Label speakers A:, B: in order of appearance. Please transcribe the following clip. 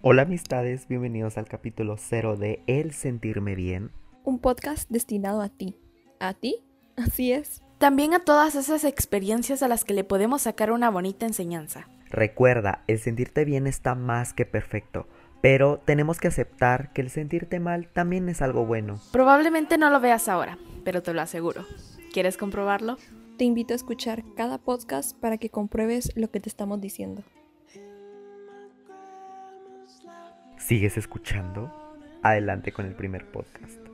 A: Hola amistades, bienvenidos al capítulo cero de El Sentirme Bien.
B: un podcast destinado a ti. ¿A ti? Así es.
C: También a todas esas experiencias a las que le podemos sacar una bonita enseñanza.
A: Recuerda, el sentirte bien está más que perfecto, pero tenemos que aceptar que el sentirte mal también es algo bueno.
C: Probablemente no lo veas ahora, pero te lo aseguro. ¿Quieres comprobarlo?
B: Te invito a escuchar cada podcast para que compruebes lo que te estamos diciendo.
A: ¿Sigues escuchando? Adelante con el primer podcast.